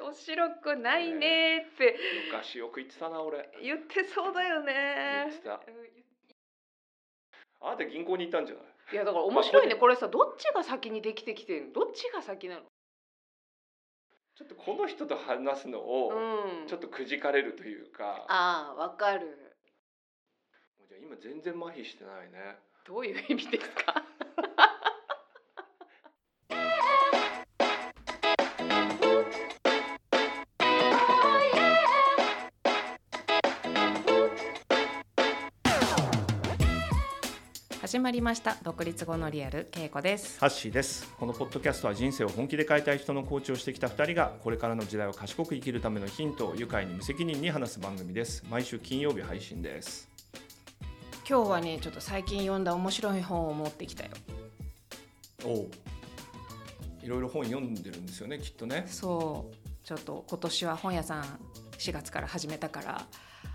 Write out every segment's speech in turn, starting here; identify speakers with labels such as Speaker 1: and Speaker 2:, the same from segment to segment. Speaker 1: 面白くないねーって
Speaker 2: 昔よく言ってたな俺
Speaker 1: 言ってそうだよね
Speaker 2: 言ってた
Speaker 1: うん
Speaker 2: あなた銀行に行ったんじゃない
Speaker 1: いやだから面白いね
Speaker 2: まあ
Speaker 1: これさどっちが先にできてきてんのどっちが先なの
Speaker 2: ちょっとこの人と話すのを
Speaker 1: うん
Speaker 2: ちょっとくじかれるというか、
Speaker 1: ああわかる
Speaker 2: じゃあ今全然麻痺してないね
Speaker 1: どういう意味ですか
Speaker 3: 始まりました独立後のリアルけいこです
Speaker 4: ハッシーですこのポッドキャストは人生を本気で変えたい人のコーチをしてきた2人がこれからの時代を賢く生きるためのヒントを愉快に無責任に話す番組です毎週金曜日配信です
Speaker 3: 今日はねちょっと最近読んだ面白い本を持ってきたよ
Speaker 4: おおいろいろ本読んでるんですよねきっとね
Speaker 3: そうちょっと今年は本屋さん4月から始めたか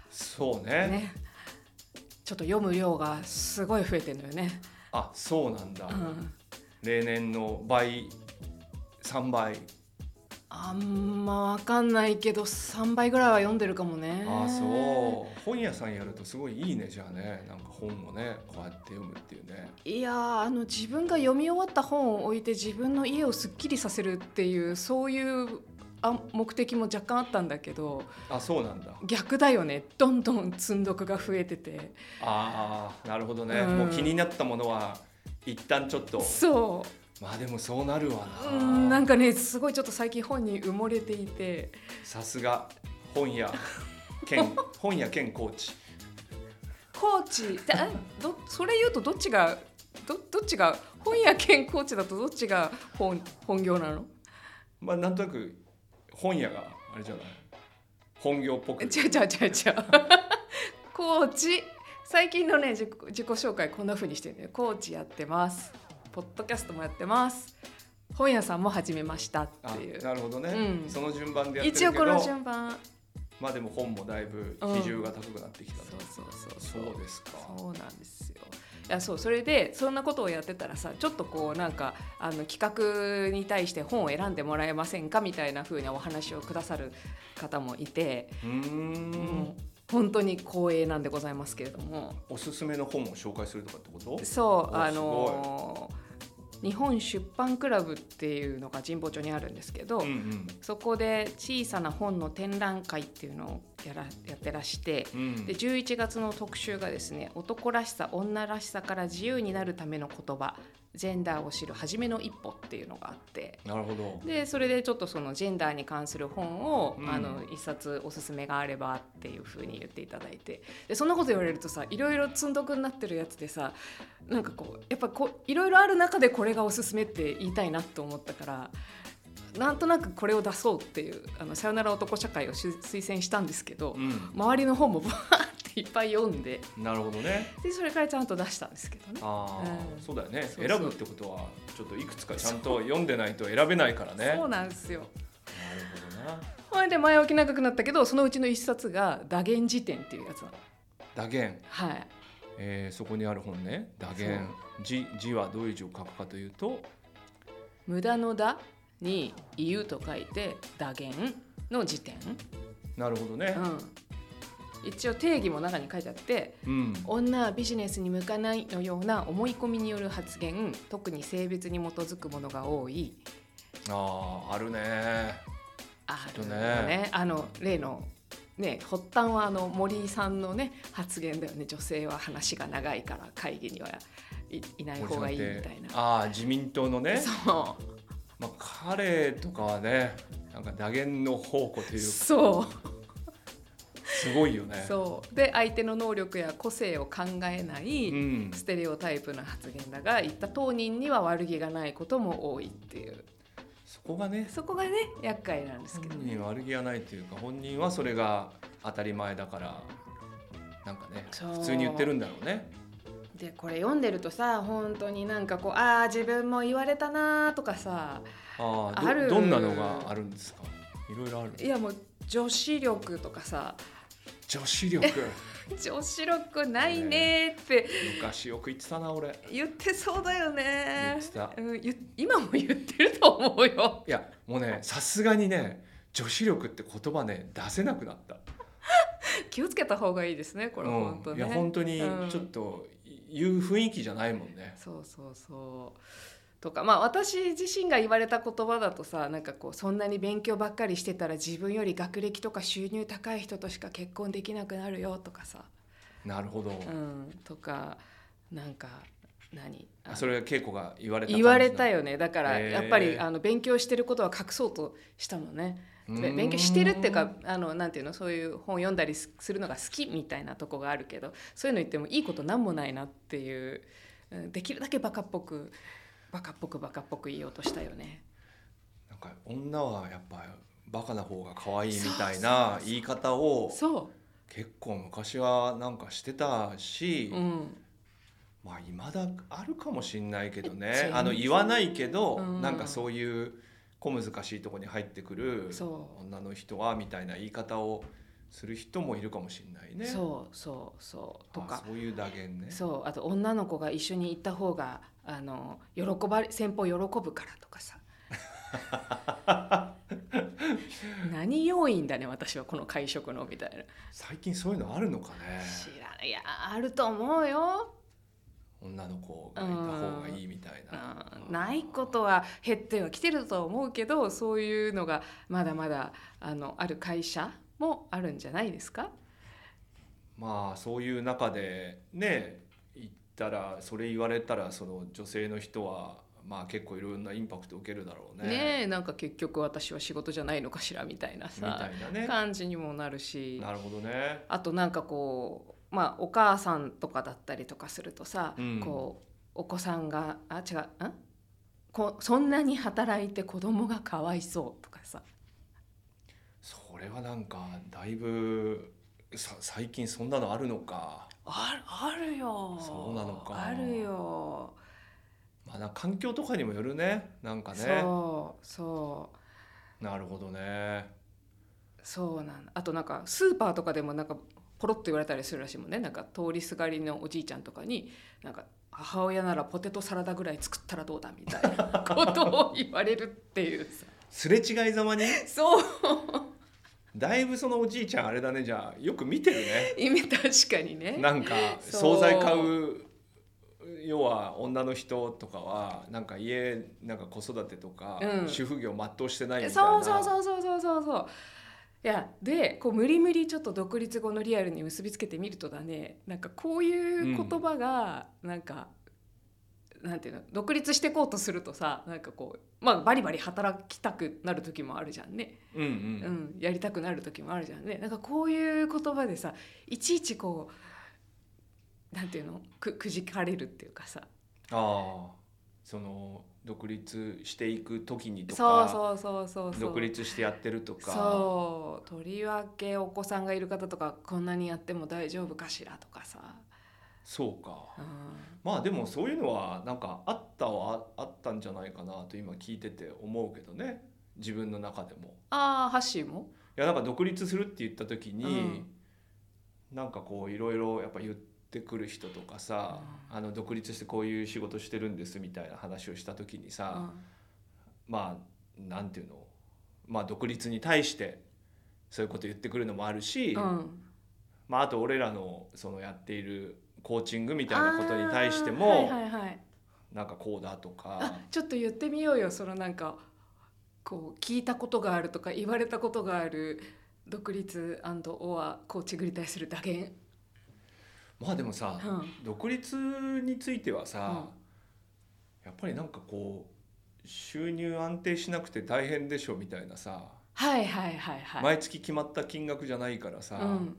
Speaker 4: そう
Speaker 3: ら
Speaker 4: ね
Speaker 3: ねちょっと読む量がすごい増えてるのよね、
Speaker 4: あそうなんだ、
Speaker 3: うん、
Speaker 4: 例年の倍3倍
Speaker 3: あんまわかんないけど3倍ぐらいは読んでるかもね
Speaker 4: ああそう本屋さんやるとすごいいいねじゃあねなんか本をねこうやって読むっていうね
Speaker 3: いやーあの自分が読み終わった本を置いて自分の家をすっきりさせるっていうそういうあ目的も若干あったんだけど
Speaker 4: あそうなんだ
Speaker 3: 逆だよねどんどん積んどくが増えてて
Speaker 4: ああなるほどね、
Speaker 3: うん
Speaker 4: もう気になったものは一旦ちょっと
Speaker 3: そ
Speaker 4: まあでもそうなるわ
Speaker 3: うう
Speaker 4: な,、
Speaker 3: んなんかねすごいちょっと最近本に埋もれていて
Speaker 4: さすが本屋 兼本屋兼コーチ
Speaker 3: コーチだどそれ言うとどっちがどどっちが本屋兼コーチだとどっちが本本業なの
Speaker 4: まあなんとなく本屋があれじゃない本業っぽく
Speaker 3: 違う違う違う 違うコーチ最近のね自己自己紹介こんな風にしてるねコーチやってますポッドキャストもやってます本屋さんも始めましたっ
Speaker 4: あ
Speaker 3: ていう
Speaker 4: なるほどね、
Speaker 3: うん
Speaker 4: その順番でやってる
Speaker 3: 一
Speaker 4: けど
Speaker 3: 応この順番
Speaker 4: まあでも本もだいぶ比重が高くなってきたと、
Speaker 3: そうそうそう
Speaker 4: そうですか
Speaker 3: そうなんですよいやそうそれでそんなことをやってたらさちょっとこうなんかあの企画に対して本を選んでもらえませんかみたいな風なお話をくださる方もいて、
Speaker 4: うーん
Speaker 3: もう本当に光栄なんでございますけれども
Speaker 4: おすすめの本を紹介するとかってこと
Speaker 3: そう
Speaker 4: お
Speaker 3: あのー日本出版クラブっていうのが神保町にあるんですけど、
Speaker 4: うんうん
Speaker 3: そこで小さな本の展覧会っていうのをやらやってらして、
Speaker 4: うん
Speaker 3: で11月の特集がですね「男らしさ女らしさから自由になるための言葉ジェンダーを知る初めの一歩」っていうのがあって
Speaker 4: なるほど
Speaker 3: でそれでちょっとそのジェンダーに関する本を、
Speaker 4: うん
Speaker 3: あの一冊おすすめがあればっていうふうに言っていただいてでそんなこと言われるとさいろいろ積んどくになってるやつでさなんかこうやっぱこういろいろある中でこれがおすすめって言いたいなと思ったから。なんとなくこれを出そうっていう「あのさよなら男社会」をし推薦したんですけど、
Speaker 4: うん
Speaker 3: 周りの本も バーっていっぱい読んで
Speaker 4: なるほどね
Speaker 3: でそれからちゃんと出したんですけどね。
Speaker 4: あー
Speaker 3: うん
Speaker 4: そうだよね
Speaker 3: そうそう
Speaker 4: 選ぶってことはちょっといくつかちゃんと読んでないと選べないからねな
Speaker 3: そ
Speaker 4: るほ
Speaker 3: うなんですよ
Speaker 4: どな
Speaker 3: ほいで前置き長くなったけどそのうちの一冊が「打言辞典」っていうやつなの。
Speaker 4: 打言、
Speaker 3: はい、
Speaker 4: えーそこにある本ね打言字字はどういう字を書くかというと
Speaker 3: 無駄の「だ」に「言う」と書いて「打言」の辞典、
Speaker 4: なるほどね
Speaker 3: うん、一応定義も中に書いてあって
Speaker 4: うん、
Speaker 3: 女はビジネスに向かないのような思い込みによる発言特に性別に基づくものが多い
Speaker 4: あーあるね
Speaker 3: あ
Speaker 4: ちょ
Speaker 3: る
Speaker 4: っと
Speaker 3: よ
Speaker 4: ね
Speaker 3: ねあの例のね発端はあの森さんのね発言だよね女性は話が長いから会議にはいいない方がいいみたいな。
Speaker 4: ああー自民党のね、
Speaker 3: そ
Speaker 4: まあ、彼とかはねなんか打言の宝庫といううか
Speaker 3: そう
Speaker 4: すごいよね
Speaker 3: そうで相手の能力や個性を考えない、
Speaker 4: うん
Speaker 3: ステレオタイプな発言だが言った当人には悪気がないことも多いっていう
Speaker 4: そこがね
Speaker 3: そこがね厄介なんですけど
Speaker 4: 本
Speaker 3: ね。
Speaker 4: 人は悪気がないというか本人はそれが当たり前だからなんかね
Speaker 3: そう
Speaker 4: 普通に言ってるんだろうね
Speaker 3: でこれ読んでるとさ本当になんかこうああ自分も言われたなーとかさ
Speaker 4: ああ
Speaker 3: ある
Speaker 4: どどんなのがあるんですかいろいろある
Speaker 3: いやもう女子力とかさ
Speaker 4: 女子 力
Speaker 3: 女子力ないねーって
Speaker 4: 昔よく言ってたな俺い
Speaker 3: 言ってそうだよね
Speaker 4: 言ってた
Speaker 3: うん、言今も言ってると思うよ
Speaker 4: やもうねさすがにね女子力って言葉ね出せなくなった。
Speaker 3: 気をつけた方がいいですねこれ
Speaker 4: うん
Speaker 3: 本当ね、
Speaker 4: いや本当に
Speaker 3: うん
Speaker 4: ちょっと言う雰囲気じゃないもんね。
Speaker 3: そうそうそうとかまあ私自身が言われた言葉だとさなんかこうそんなに勉強ばっかりしてたら自分より学歴とか収入高い人としか結婚できなくなるよとかさ、
Speaker 4: なるほど。
Speaker 3: うん、とかなんか何
Speaker 4: あそれは稽古が言われた感じ
Speaker 3: 言
Speaker 4: な
Speaker 3: われたよねだから
Speaker 4: へー
Speaker 3: やっぱりあの勉強してることは隠そうとしたのねべ勉強してるっていうかあのなんていうのそういう本読んだりすするのが好きみたいなとこがあるけどそういうの言ってもいいことなんもないなっていううんできるだけバカっぽくバカっぽくバカっぽく言おうとしたよね。
Speaker 4: なんか女はやっぱバカな方が可愛いみたいな言い方を
Speaker 3: そ
Speaker 4: 結構昔はなんかしてたし、
Speaker 3: う、うん、
Speaker 4: まあ未だあるかもしんないけど
Speaker 3: 全
Speaker 4: ね
Speaker 3: 然
Speaker 4: あの言わないけど、
Speaker 3: うん
Speaker 4: なんかそういう小難しいとこに入ってくる
Speaker 3: そう
Speaker 4: 女の人はみたいな言い方をする人もいるかもしんないね。
Speaker 3: そうそうそうと
Speaker 4: あ
Speaker 3: か
Speaker 4: そういう打言ね。
Speaker 3: そうあと女の子が一緒に行った方があの喜ばれ先方喜ぶからとか さ何要因だね私はこの会食のみたいな。
Speaker 4: 最近そういうのあるのかね。
Speaker 3: 知らないいやあると思うよ、
Speaker 4: 女の子がいた方がいいみたいな。
Speaker 3: うん、ないことは減ってはきてると思うけどそういうのがまだまだあのある会社もあるんじゃないですか
Speaker 4: まあそういう中でね言ったらそれ言われたらその女性の人はまあ結構いろんなインパクトを受けるだろうね。
Speaker 3: ねえなんか結局私は仕事じゃないのかしらみたいな
Speaker 4: みた
Speaker 3: さ
Speaker 4: いなね。
Speaker 3: 感じにもなるし
Speaker 4: なるほどね。
Speaker 3: あとなんかこうまあお母さんとかだったりとかするとさ、
Speaker 4: うん
Speaker 3: こうお子さんがあ違うんこそんなに働いて子供がかわいそうとかさ
Speaker 4: それはなんかだいぶさ最近そんなのあるのか。
Speaker 3: あるあるよ
Speaker 4: そうなのか
Speaker 3: あるよ、
Speaker 4: まあなんか環境とかにもよるね。なんかね。
Speaker 3: そうそう
Speaker 4: なるほどね。
Speaker 3: そうなんあとなんかスーパーとかでもなんかポロッと言われたりするらしいもんねなんか通りすがりのおじいちゃんとかになんか母親ならポテトサラダぐらい作ったらどうだみたいなことを言われるっていう さ
Speaker 4: すれ違いざまに
Speaker 3: そう
Speaker 4: だいぶそのおじいちゃんあれだねじゃあよく見てるね。
Speaker 3: 意味確かにね
Speaker 4: なんか
Speaker 3: そう
Speaker 4: 惣菜買う要は女の人とかはなんか家なんか子育てとか、
Speaker 3: うん
Speaker 4: 主婦業全うしてないみたい
Speaker 3: そ
Speaker 4: な
Speaker 3: うそうそうそうそうそうそういやでこう無理無理ちょっと独立後のリアルに結びつけてみるとだねなんかこういう言葉がなんか、なんていうの独立してこうとするとさなんかこう、まあ、バリバリ働きたくなる時もあるじゃんね、
Speaker 4: うんう
Speaker 3: うん
Speaker 4: ん、
Speaker 3: やりたくなる時もあるじゃんねなんかこういう言葉でさいちいちこうなんていうのくくじかれるっていうかさ
Speaker 4: ああその独立していく時にと
Speaker 3: そう
Speaker 4: か
Speaker 3: そうそうそうそう
Speaker 4: 独立してやってるとか
Speaker 3: そうとりわけお子さんがいる方とかこんなにやっても大丈夫かしらとかさ、
Speaker 4: そうか
Speaker 3: うん、
Speaker 4: まあでもそういうのはなんかあったはああったんじゃないかなと今聞いてて思うけどね自分の中でも。
Speaker 3: ああハッシーも
Speaker 4: いやなんか独立するって言った時に、
Speaker 3: うん
Speaker 4: なんかこういろいろやっぱ言ってくる人とかさ、
Speaker 3: う
Speaker 4: あの独立してこういう仕事してるんですみたいな話をした時に
Speaker 3: う
Speaker 4: さ、
Speaker 3: ん
Speaker 4: まあなんていうの、まあ、独立に対してそういうこと言ってくるのもあるし、
Speaker 3: うん、
Speaker 4: まあ、あと俺らのそのやっているコーチングみ
Speaker 3: み
Speaker 4: たいなことに対しても、
Speaker 3: はいはいはい、
Speaker 4: なんかこうだと
Speaker 3: あ
Speaker 4: か。
Speaker 3: ちょっと言ってみようよそのなんかこう聞いたことがあるとか言われたことがある独立オアコーチングに対する打言、
Speaker 4: まあでもさ、
Speaker 3: うん
Speaker 4: 独立についてはさ、
Speaker 3: う
Speaker 4: やっぱりなんかこう収入安定しなくて大変でしょみたいなさ、
Speaker 3: はいはいはいはい、
Speaker 4: 毎月決まった金額じゃないからさ、
Speaker 3: うん、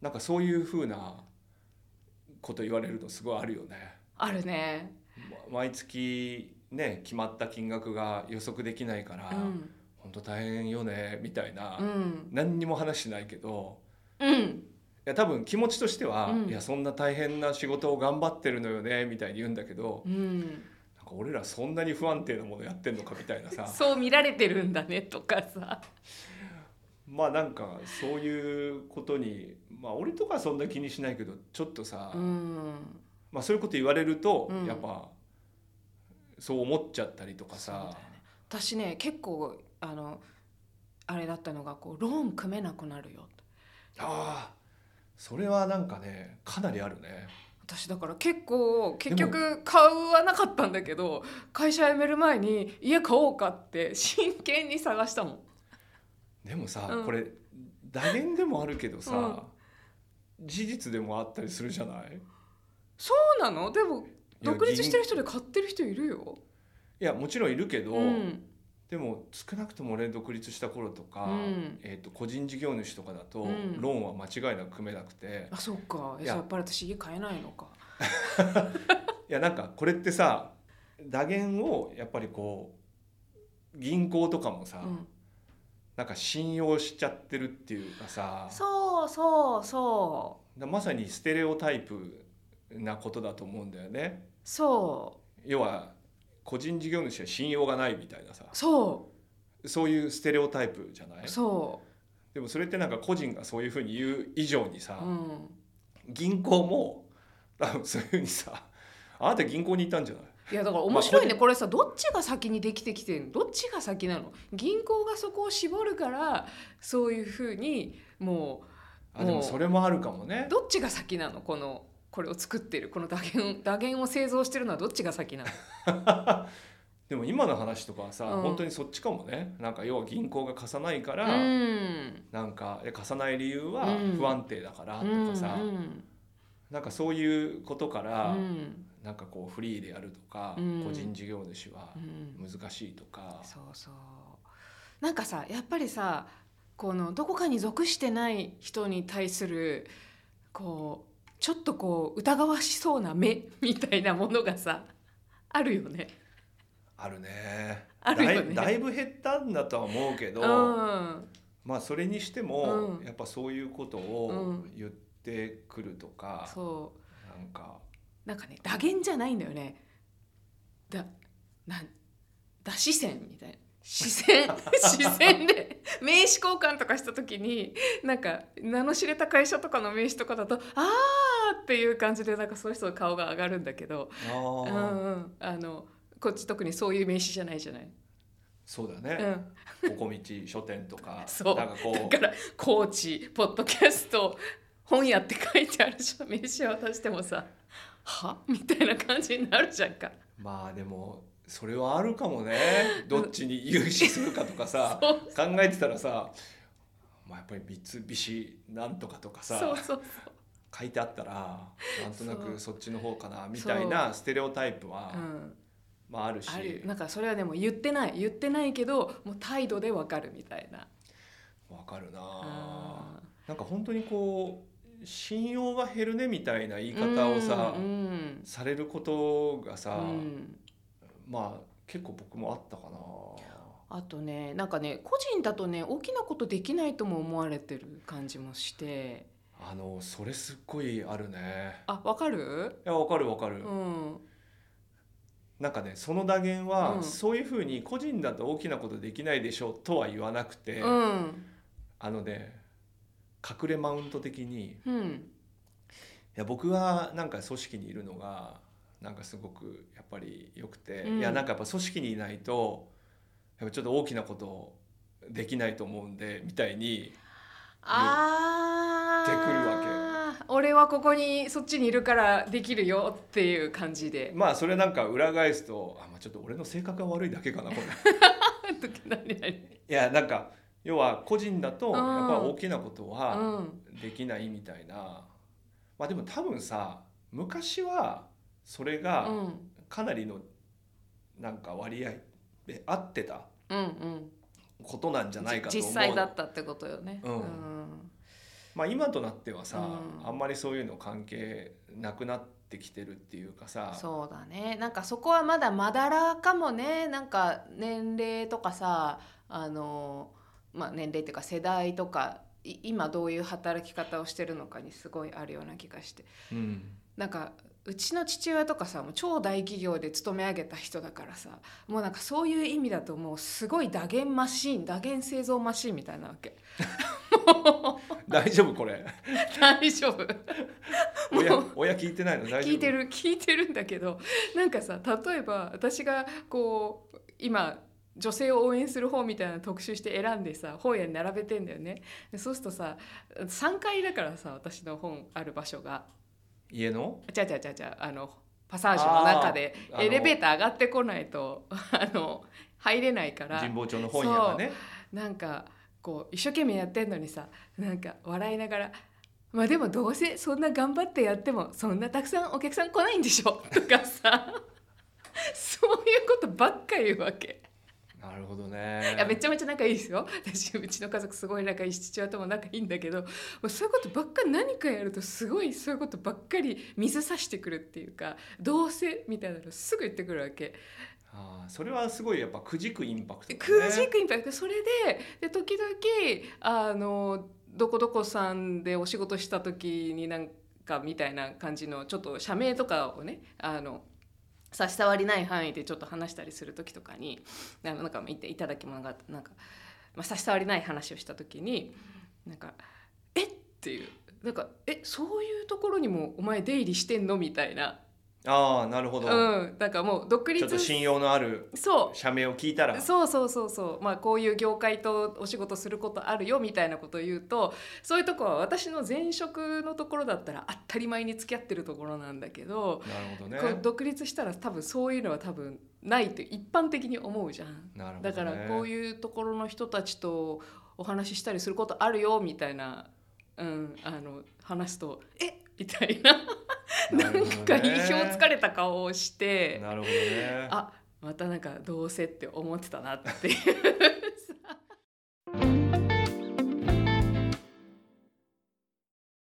Speaker 4: なんかそういうふうなこと言われるのすごいあるよね。
Speaker 3: あるね、
Speaker 4: ま毎月ね決まった金額が予測できないから、
Speaker 3: うん
Speaker 4: 本当大変よねみたいな、
Speaker 3: うん
Speaker 4: 何にも話してないけど。
Speaker 3: うん
Speaker 4: いや多分気持ちとしては、
Speaker 3: うん
Speaker 4: いやそんな大変な仕事を頑張ってるのよねみたいに言うんだけど、
Speaker 3: うん
Speaker 4: なんか俺らそんなに不安定なものやってんのかみたいな さ
Speaker 3: そう見られてるんだねとかさ
Speaker 4: まあなんかそういうことにまあ俺とかはそんな気にしないけどちょっとさ、
Speaker 3: うん
Speaker 4: まあ、そういうこと言われると、
Speaker 3: うん
Speaker 4: やっぱそう思っちゃったりとかさ
Speaker 3: 私ね結構あのあれだったのがこうローン組めなくなるよ
Speaker 4: ああそれはなんかねかなりあるね
Speaker 3: 私だから結構結局買うはなかったんだけど会社辞める前に家買おうかって真剣に探したもん
Speaker 4: でもさ、
Speaker 3: うん
Speaker 4: これ打言でもあるけどさ、事実でもあったりするじゃない
Speaker 3: そうなのでも
Speaker 4: いや
Speaker 3: 独立して
Speaker 4: 銀
Speaker 3: る人で買ってる人いるよ
Speaker 4: いやもちろんいるけど、
Speaker 3: うん
Speaker 4: でも少なくとも俺独立した頃とか、
Speaker 3: うん
Speaker 4: えー、と個人事業主とかだと、
Speaker 3: うん
Speaker 4: ローンは間違いなく組めなくて
Speaker 3: あそうかえ
Speaker 4: いや
Speaker 3: やっぱり私家買えないのか
Speaker 4: いやなんかこれってさ打言をやっぱりこう銀行とかもさ、
Speaker 3: うん
Speaker 4: なんか信用しちゃってるっていうかさ
Speaker 3: そうそうそ
Speaker 4: だまさにステレオタイプなことだと思うんだよね。
Speaker 3: うそ
Speaker 4: 要は個人事業主は信用がないみたいなさ
Speaker 3: うそ
Speaker 4: そういうステレオタイプじゃないう
Speaker 3: そ
Speaker 4: でもそれってなんか個人がそういうふうに言う以上にさ、
Speaker 3: ううん
Speaker 4: 銀行も多分そういうふうにさあなた銀行に行ったんじゃない
Speaker 3: いやだから面白い
Speaker 4: ま
Speaker 3: ねこれさどっちが先にできてきてんのどっちが先なの銀行がそこを絞るからそういうふうにも
Speaker 4: あで
Speaker 3: も
Speaker 4: も
Speaker 3: う
Speaker 4: それもあるかもね
Speaker 3: うどっちが先なのこのこれを作ってるこの打言打言を製造してるのはどっちが先なの
Speaker 4: でも今の話とかはさ、
Speaker 3: うん
Speaker 4: 本当にそっちかもねなんか要は銀行が貸さないから、
Speaker 3: うん
Speaker 4: なんかえ貸さない理由は
Speaker 3: うん
Speaker 4: 不安定だからとかさ、
Speaker 3: うん
Speaker 4: なんかそういうことか
Speaker 3: う
Speaker 4: ら、
Speaker 3: ん
Speaker 4: なんかこうフリーでやるとか、
Speaker 3: うん
Speaker 4: 個人事業主は
Speaker 3: うん
Speaker 4: 難しいとか、
Speaker 3: そうそうなんかさやっぱりさこのどこかに属してない人に対するこうちょっとこう疑わしそうな目みたいなものがさあるよね。
Speaker 4: あるね
Speaker 3: あるよね
Speaker 4: だいだいぶ減ったんだとは思うけど、
Speaker 3: うん
Speaker 4: まあそれにしても、
Speaker 3: うん
Speaker 4: やっぱそういうことを言ってくるとか、
Speaker 3: そう
Speaker 4: なんか
Speaker 3: なんかね打言じゃないんだよね。だなんだ視線みたいな視 線視線で名刺交換とかした時になんか名の知れた会社とかの名刺とかだと「あー」っていう感じでなんかそういう人の顔が上がるんだけど、
Speaker 4: あ
Speaker 3: う
Speaker 4: ー、
Speaker 3: んうん、あのこっち特にそういう名刺じゃないじゃない。
Speaker 4: そうだ
Speaker 3: う
Speaker 4: ね、
Speaker 3: ん、
Speaker 4: ここ道書店とか
Speaker 3: そう
Speaker 4: なんかこ
Speaker 3: だ
Speaker 4: う
Speaker 3: からコーチポッドキャスト本屋って書いてあるじゃん名刺渡してもさ「は?」みたいな感じになるじゃんか。
Speaker 4: まあでもそれはあるかも ねどっちに融資するかとかさ
Speaker 3: そう
Speaker 4: 考えてたらさ、まあ、やっぱり三菱なんとかとかさ
Speaker 3: そうそう
Speaker 4: 書いてあったらなんとなくそっちの方かなみたい
Speaker 3: そ
Speaker 4: なステレオタイプは、
Speaker 3: うん、
Speaker 4: まあ、あるし
Speaker 3: あるなんかそれはでも言ってない言ってないけどもう態度でわかるみたいな
Speaker 4: わかるなあ
Speaker 3: あ
Speaker 4: なんか本当にこう信用が減るねみたいな言い
Speaker 3: ー
Speaker 4: 方をさ、
Speaker 3: うん
Speaker 4: されることが
Speaker 3: う
Speaker 4: さ、
Speaker 3: ん、
Speaker 4: まあ結構僕もあったかな。
Speaker 3: あとねなんかね個人だとね大きなことできないとも思われてる感じもして
Speaker 4: あのそれすっごいあるね
Speaker 3: あわかる
Speaker 4: いやわかるわかる、
Speaker 3: うん
Speaker 4: なんかねその打言は、
Speaker 3: うん
Speaker 4: そういうふうに個人だと大きなことできないでしょうとは言わなくて、
Speaker 3: うん
Speaker 4: あのね隠れマウント的にい
Speaker 3: うん
Speaker 4: や僕はなんか組織にいるのがなんかすごくやっぱり良くて、
Speaker 3: うん
Speaker 4: いやなんかやっぱ組織にいないとやっぱちょっと大きなことできないと思うんでみたいに
Speaker 3: あー
Speaker 4: 言ってくる
Speaker 3: 俺はここにそっちにいるからできるよっていう感じ で
Speaker 4: まあそれなんか裏返すとあ、まあ、ちょっと俺の性格が悪いだけかなこれ。
Speaker 3: 何何
Speaker 4: いやなんか要は個人だと
Speaker 3: うん
Speaker 4: やっぱ大きなことは
Speaker 3: うん
Speaker 4: できないみたいな、まあでも多分さ昔はそれ
Speaker 3: う
Speaker 4: が
Speaker 3: ん
Speaker 4: かなりのなんか割合で合ってた
Speaker 3: うんうん
Speaker 4: ことなんじゃないかと
Speaker 3: 実
Speaker 4: 思う
Speaker 3: 際だったってことよね。
Speaker 4: うん
Speaker 3: ん
Speaker 4: まあ、今となってはさ、
Speaker 3: うん
Speaker 4: あんまりそういうの関係なくなってきてるっていうかさ
Speaker 3: そうだねなんかそこはまだまだらかもねなんか年齢とかさあの、まあ、年齢っていうか世代とかい今どういう働き方をしてるのかにすごいあるような気がして
Speaker 4: うん
Speaker 3: なんかうちの父親とかさもう超大企業で勤め上げた人だからさもうなんかそういう意味だともうすごい打言マシーン打言製造マシーンみたいなわけ
Speaker 4: 大丈夫これ
Speaker 3: 大丈夫
Speaker 4: 親親聞いてないの大丈夫
Speaker 3: 聞いてる聞いてるんだけどなんかさ例えば私がこう今女性を応援する方みたいなの特集して選んでさ本屋に並べてんだよねでそうするとさ3階だからさ私の本ある場所が
Speaker 4: 家の
Speaker 3: ちゃちゃちゃちゃあのパサージュの中で
Speaker 4: あーあの
Speaker 3: エレベーター上がってこないとあの入れないから
Speaker 4: 神保町の本屋がね
Speaker 3: なんかこう一生懸命やってんのにさなんか笑いながら「まあでもどうせそんな頑張ってやってもそんなたくさんお客さん来ないんでしょ」 とかさそういうことばっか言うわけ。
Speaker 4: なるほどね
Speaker 3: いやめちゃめちゃ仲いいですよ私うちの家族すごい仲いいし父親とも仲いいんだけどもうそういうことばっかり何かやるとすごいそういうことばっかり水差してくるっていうかどうせみたいなのすぐ言ってくるわけ
Speaker 4: あーそれはすごいやっぱくじくインパクトだね
Speaker 3: 空軸インパクトそれでで時々あのどこどこさんでお仕事した時になんかみたいな感じのちょっと社名とかをねあの差し障りない範囲でちょっと話したりする時とかにあのなんかいていただき物があってなんか、まあ、差し障りない話をした時になんか「えっ?」ていうなんか「えそういうところにもお前出入りしてんの?」みたいな、
Speaker 4: ああなるほ
Speaker 3: う
Speaker 4: ど、
Speaker 3: ん、なんかもう独
Speaker 4: ちょ
Speaker 3: 立
Speaker 4: っと信用のある
Speaker 3: そう
Speaker 4: 社名を聞いたら
Speaker 3: そうそうそうそうまあこういう業界とお仕事することあるよみたいなことを言うとそういうとこは私の前職のところだったら当たり前に付き合ってるところなんだけど、
Speaker 4: なるほどね
Speaker 3: こう独立したら多分そういうのは多分ないって一般的に思うじゃん。
Speaker 4: なるほど、
Speaker 3: だ
Speaker 4: ね、
Speaker 3: からこう
Speaker 4: いう
Speaker 3: いうところの人たちとお話ししたりすることあるよみたいな、うん、あの話すと「えみたいななんか意表をつか
Speaker 4: れ
Speaker 3: れた顔をして。
Speaker 4: なるほどね
Speaker 3: あまたなんかどうせって思ってたなっていう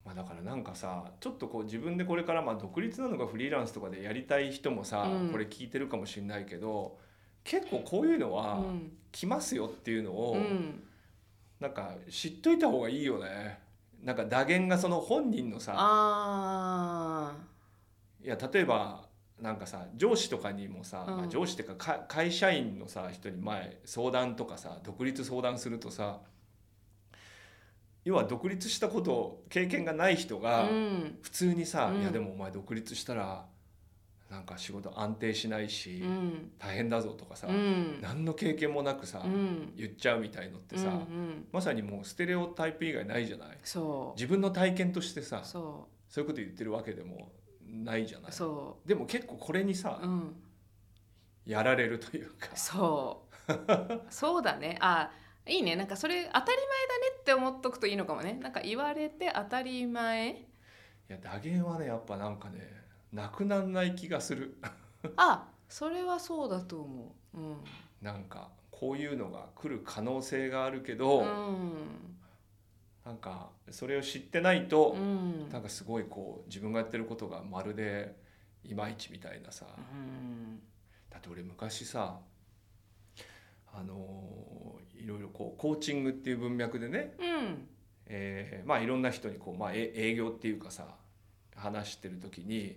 Speaker 4: まあ、だからなんかさちょっとこう自分でこれからまあ独立なのかフリーランスとかでやりたい人もさ、
Speaker 3: うん
Speaker 4: これ聞いてるかもしれないけど結構こういうの
Speaker 3: う
Speaker 4: は
Speaker 3: ん
Speaker 4: 来ますよっていうのを、
Speaker 3: うん
Speaker 4: なんか知っといた方がいいよね。なんか打言がその本人のさ
Speaker 3: あ
Speaker 4: いや例えばなんかさ上司とかにもさ、
Speaker 3: うん
Speaker 4: まあ、上司っていうかか会社員のさ人に前相談とかさ独立相談するとさ要は独立したことを経験がない人
Speaker 3: あ
Speaker 4: が、
Speaker 3: うん
Speaker 4: 普通にさ、
Speaker 3: うん
Speaker 4: いやでもお前独立したらなんか仕事安定しないうし、
Speaker 3: ん
Speaker 4: 大変だぞとかさ、
Speaker 3: うん
Speaker 4: 何の経験もなくさ、
Speaker 3: うん
Speaker 4: 言っちゃうみたいのってさ、
Speaker 3: うんうん
Speaker 4: まさにもうステレオタイプ以外ないじゃない
Speaker 3: そう
Speaker 4: 自分の体験としてさそ
Speaker 3: そう
Speaker 4: いうこと言ってるわけでもないじゃないう
Speaker 3: そ
Speaker 4: でも結構これにさ、
Speaker 3: ううん
Speaker 4: やられるというか
Speaker 3: そうそうだねあいいねなんかそれ当たり前だねって思っとくといいのかもねなんか言われて当たり前
Speaker 4: いや打言はねやっぱなんかねなくならない気がする
Speaker 3: あそれはそうだと思ううん
Speaker 4: なんかこういうのが来る可能性があるけど、
Speaker 3: うん
Speaker 4: なんかそれを知ってないと、
Speaker 3: うん
Speaker 4: なんかすごいこう自分がやってることがまるでいまいちみたいなさ
Speaker 3: うん
Speaker 4: だって俺昔さあのーいろいろこうコーチングっていう文脈でね、
Speaker 3: うん
Speaker 4: えーまあいろんな人にこう、まあ、え営業っていうかさ話してる時にい